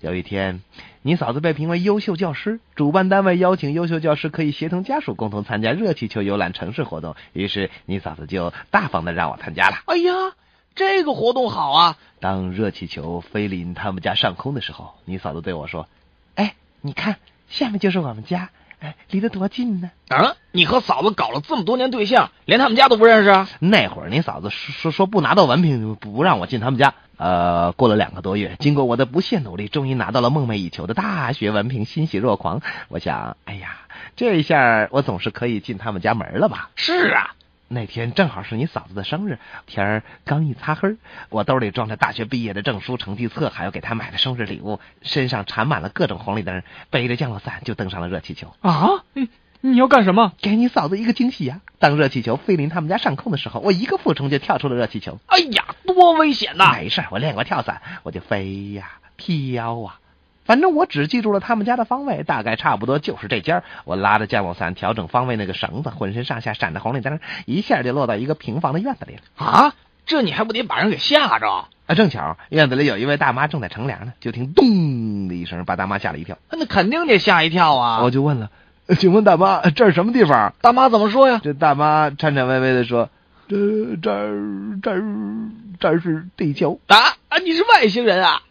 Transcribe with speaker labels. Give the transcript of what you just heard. Speaker 1: 有一天，你嫂子被评为优秀教师，主办单位邀请优秀教师可以协同家属共同参加热气球游览城市活动，于是你嫂子就大方的让我参加了。
Speaker 2: 哎呀，这个活动好啊！
Speaker 1: 当热气球飞临他们家上空的时候，你嫂子对我说：“哎，你看，下面就是我们家，哎，离得多近呢。”
Speaker 2: 啊，你和嫂子搞了这么多年对象，连他们家都不认识啊？
Speaker 1: 那会儿你嫂子说说说不拿到文凭不让我进他们家。呃，过了两个多月，经过我的不懈努力，终于拿到了梦寐以求的大学文凭，欣喜若狂。我想，哎呀，这一下我总是可以进他们家门了吧？
Speaker 2: 是啊，
Speaker 1: 那天正好是你嫂子的生日，天儿刚一擦黑，我兜里装着大学毕业的证书、成绩册，还有给她买的生日礼物，身上缠满了各种红绿灯，背着降落伞就登上了热气球。
Speaker 3: 啊，你你要干什么？
Speaker 1: 给你嫂子一个惊喜呀、当热气球飞临他们家上空的时候，我一个俯冲就跳出了热气球。
Speaker 2: 哎呀，多危险呐、
Speaker 3: 哎
Speaker 1: 没事儿，我练过跳伞，我就飞呀、飘啊，反正我只记住了他们家的方位，大概差不多就是这家儿。我拉着降落伞调整方位那个绳子，浑身上下闪着红绿灯，一下就落到一个平房的院子里了。
Speaker 2: 啊，这你还不得把人给吓着？
Speaker 1: 啊，正巧院子里有一位大妈正在乘凉呢，就听咚的一声，把大妈吓了一跳。
Speaker 2: 那肯定得吓一跳啊！
Speaker 1: 我就问了，请问大妈这是什么地方？
Speaker 2: 大妈怎么说呀？
Speaker 1: 这大妈颤颤巍巍的说：“这这儿这儿这儿是地球。”
Speaker 2: 啊啊，你是外星人啊！